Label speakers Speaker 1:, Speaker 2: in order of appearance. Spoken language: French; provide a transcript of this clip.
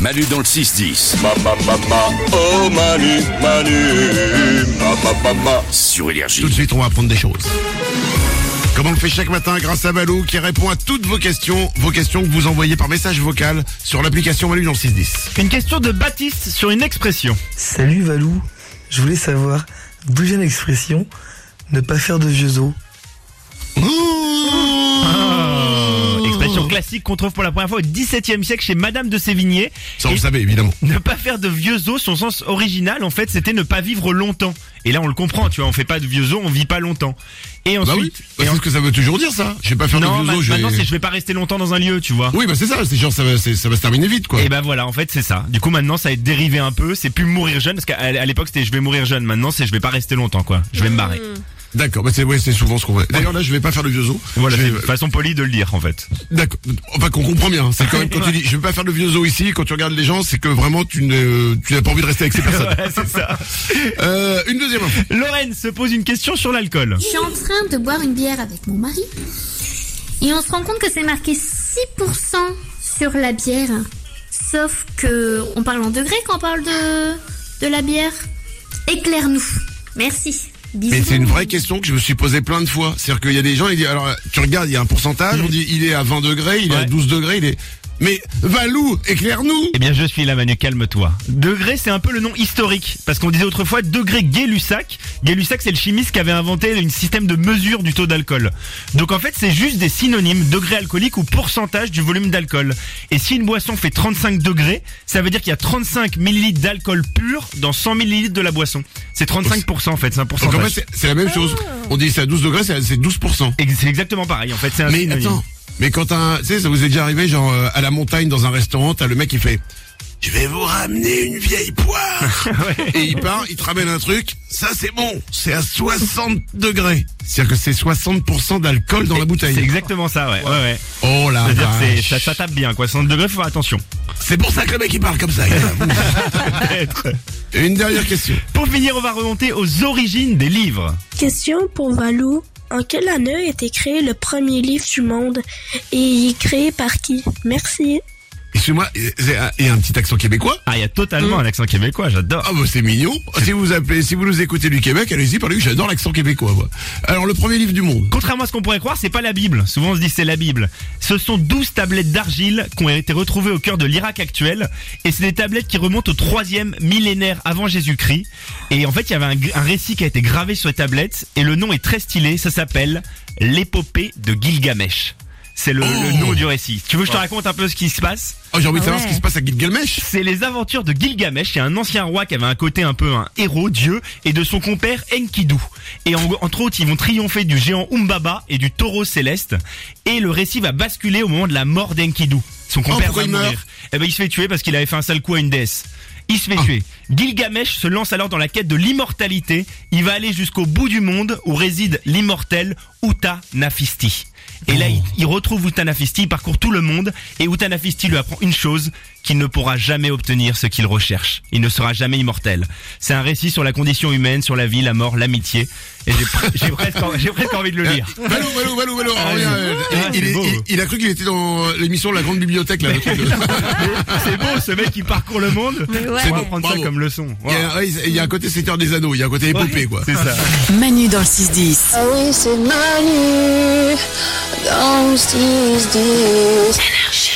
Speaker 1: Manu dans le 6-10
Speaker 2: Ma, ma, ma, ma, oh Manu, Manu, ma, ma, ma, ma.
Speaker 1: sur Énergie.
Speaker 3: Tout de suite, on va apprendre des choses. Comme on le fait chaque matin grâce à Balou qui répond à toutes vos questions, vos questions que vous envoyez par message vocal sur l'application Balou dans le 610.
Speaker 4: Une question de Baptiste sur une expression.
Speaker 5: Salut Valou, je voulais savoir d'où vient l'expression ne pas faire de vieux os.
Speaker 3: Oh.
Speaker 4: Expression classique qu'on trouve pour la première fois au XVIIe siècle chez Madame de Sévigné.
Speaker 3: Ça, on
Speaker 4: Et
Speaker 3: le savait, évidemment.
Speaker 4: ne pas faire de vieux os, son sens original en fait, c'était ne pas vivre longtemps. Et là on le comprend, tu vois, on fait pas de vieux os, on vit pas longtemps. Et
Speaker 3: Bah oui,
Speaker 4: ensuite,
Speaker 3: bah,
Speaker 4: et en-
Speaker 3: c'est ce que ça veut toujours dire, ça. Je vais pas faire de
Speaker 4: non,
Speaker 3: vieux
Speaker 4: ma-
Speaker 3: os, je vais-
Speaker 4: maintenant c'est je vais pas rester longtemps dans un lieu, tu vois.
Speaker 3: Oui, bah c'est ça, c'est genre ça va, c'est- ça va se terminer vite, quoi.
Speaker 4: Et ben voilà, en fait c'est ça. Du coup maintenant ça a été dérivé un peu, c'est plus mourir jeune parce qu'à à l'époque c'était je vais mourir jeune, maintenant c'est je vais pas rester longtemps quoi. Je vais
Speaker 3: Hmm.
Speaker 4: me barrer.
Speaker 3: D'accord, bah c'est ouais, c'est souvent ce qu'on voit. D'ailleurs, là, je vais pas faire de vieux os.
Speaker 4: Voilà,
Speaker 3: Je
Speaker 4: c'est
Speaker 3: vais-
Speaker 4: une façon polie de le dire en fait.
Speaker 3: D'accord. Enfin, qu'on comprend bien. hein. C'est quand même quand tu dis, je vais pas faire de vieux os ici. Quand tu regardes les gens, c'est que vraiment, tu ne, tu n'as pas envie de rester avec ces personnes.
Speaker 4: Voilà, c'est ça.
Speaker 3: Euh, une deuxième. info.
Speaker 4: Lorraine se pose une question sur l'alcool.
Speaker 6: Je suis en train de boire une bière avec mon mari. Et on se rend compte que c'est marqué 6% sur la bière. Sauf que on parle en degrés quand on parle de, de la bière. Éclaire-nous. Merci. Bisous.
Speaker 3: Mais c'est une vraie question que je me suis posée plein de fois. C'est-à-dire qu'il y a des gens, ils disent, alors, tu regardes, il y a un pourcentage, on dit, il est à 20 degrés, il est à
Speaker 4: Mm. Ouais.
Speaker 3: 12 degrés, il est, mais, Valou, éclaire-nous!
Speaker 4: Eh bien, je suis là, Manu, calme-toi. Degré, c'est un peu le nom historique, parce qu'on disait autrefois Degré Gay-Lussac. Gay-Lussac, c'est le chimiste qui avait inventé un système de mesure du taux d'alcool. Donc en fait, c'est juste des synonymes, degré alcoolique ou pourcentage du volume d'alcool. Et si une boisson fait 35 degrés, ça veut dire qu'il y a 35 millilitres d'alcool pur dans 100 millilitres de la boisson. C'est 35% en fait, c'est un
Speaker 3: Donc, en fait,
Speaker 4: pourcentage. Ah.
Speaker 3: c'est- c'est la même chose. On dit, c'est à 12 degrés, c'est à- c'est 12%.
Speaker 4: Ex- C'est exactement pareil, en fait, Ah, c'est un
Speaker 3: Mais
Speaker 4: synonyme.
Speaker 3: attends, mais quand un, tu sais, ça vous est déjà arrivé, genre euh, à la montagne dans un restaurant, t'as le mec qui fait, je vais vous ramener une vieille poire. Et il part, il te ramène un truc, ça c'est bon, c'est à 60 degrés. C'est-à-dire que c'est 60% d'alcool dans la bouteille.
Speaker 4: C'est exactement ça, ouais. Ah, ouais. ouais.
Speaker 3: Oh là
Speaker 4: C'est-à-dire que c'est- ça,
Speaker 3: vache.
Speaker 4: ça tape bien, quoi. 60 degrés, faut faire attention.
Speaker 3: C'est pour ça que le mec il parle comme ça. il a- Une dernière question.
Speaker 4: Pour finir, on va remonter aux origines des livres.
Speaker 7: Question pour Valou. En quelle année a été créé le premier livre du monde et créé par qui Merci.
Speaker 3: Excuse-moi, c'est un- il y a un petit accent québécois.
Speaker 4: Ah, il y a totalement un accent québécois, j'adore.
Speaker 3: Ah bah c'est mignon. Si vous appelez, si vous nous écoutez du Québec, allez-y, parlez que j'adore l'accent québécois. moi. Alors le premier livre du monde.
Speaker 4: Contrairement à ce qu'on pourrait croire, c'est pas la Bible. Souvent on se dit c'est la Bible. Ce sont 12 tablettes d'argile qui ont été retrouvées au cœur de l'Irak actuel. Et c'est des tablettes qui remontent au troisième millénaire avant Jésus-Christ. Et en fait, il y avait un, gr- un récit qui a été gravé sur les tablettes. Et le nom est très stylé. Ça s'appelle l'épopée de Gilgamesh. C'est le, le nom du récit. Tu veux que je te raconte un peu ce qui se passe
Speaker 3: Oh, j'ai envie de savoir ce qui se passe à Gilgamesh.
Speaker 4: C'est les aventures de Gilgamesh, c'est un ancien roi qui avait un côté un peu un héros, dieu, et de son compère Enkidu. Et en- entre autres, ils vont triompher du géant Umbaba et du taureau céleste. Et le récit va basculer au moment de la mort d'Enkidu. Son compère
Speaker 3: pourquoi
Speaker 4: va
Speaker 3: il meurt
Speaker 4: mourir. Eh ben, Oh, il se fait tuer parce qu'il avait fait un sale coup à une déesse. Il se fait
Speaker 3: Ah.
Speaker 4: tuer. Gilgamesh se lance alors dans la quête de l'immortalité. Il va aller jusqu'au bout du monde où réside l'immortel Utanafisti. Et
Speaker 3: Oh.
Speaker 4: là, il, il retrouve Utanafisti, il parcourt tout le monde, et Utanafisti lui apprend une chose, qu'il ne pourra jamais obtenir ce qu'il recherche. Il ne sera jamais immortel. C'est un récit sur la condition humaine, sur la vie, la mort, l'amitié. Et j'ai pre- j'ai presque, en- j'ai presque envie de le lire.
Speaker 3: Valou, Valou, Valou, Valou.
Speaker 4: Ah,
Speaker 3: reviens,
Speaker 4: oui.
Speaker 3: euh,
Speaker 4: Ah,
Speaker 3: il, il
Speaker 4: c'est
Speaker 3: est-
Speaker 4: beau.
Speaker 3: il- il a cru qu'il était dans euh, l'émission de la grande bibliothèque là. le truc de-
Speaker 4: C'est beau, ce mec qui parcourt le monde.
Speaker 3: C'est
Speaker 4: On va
Speaker 3: bon,
Speaker 4: prendre ça
Speaker 3: bravo.
Speaker 4: comme leçon.
Speaker 3: Il y a- ouais, il y a un côté Seigneur des Anneaux, il y a un côté
Speaker 4: Wow.
Speaker 3: épopée quoi.
Speaker 4: C'est ça.
Speaker 8: Manu dans le 6-10.
Speaker 9: Ah oui, c'est Manu dans le 6-10.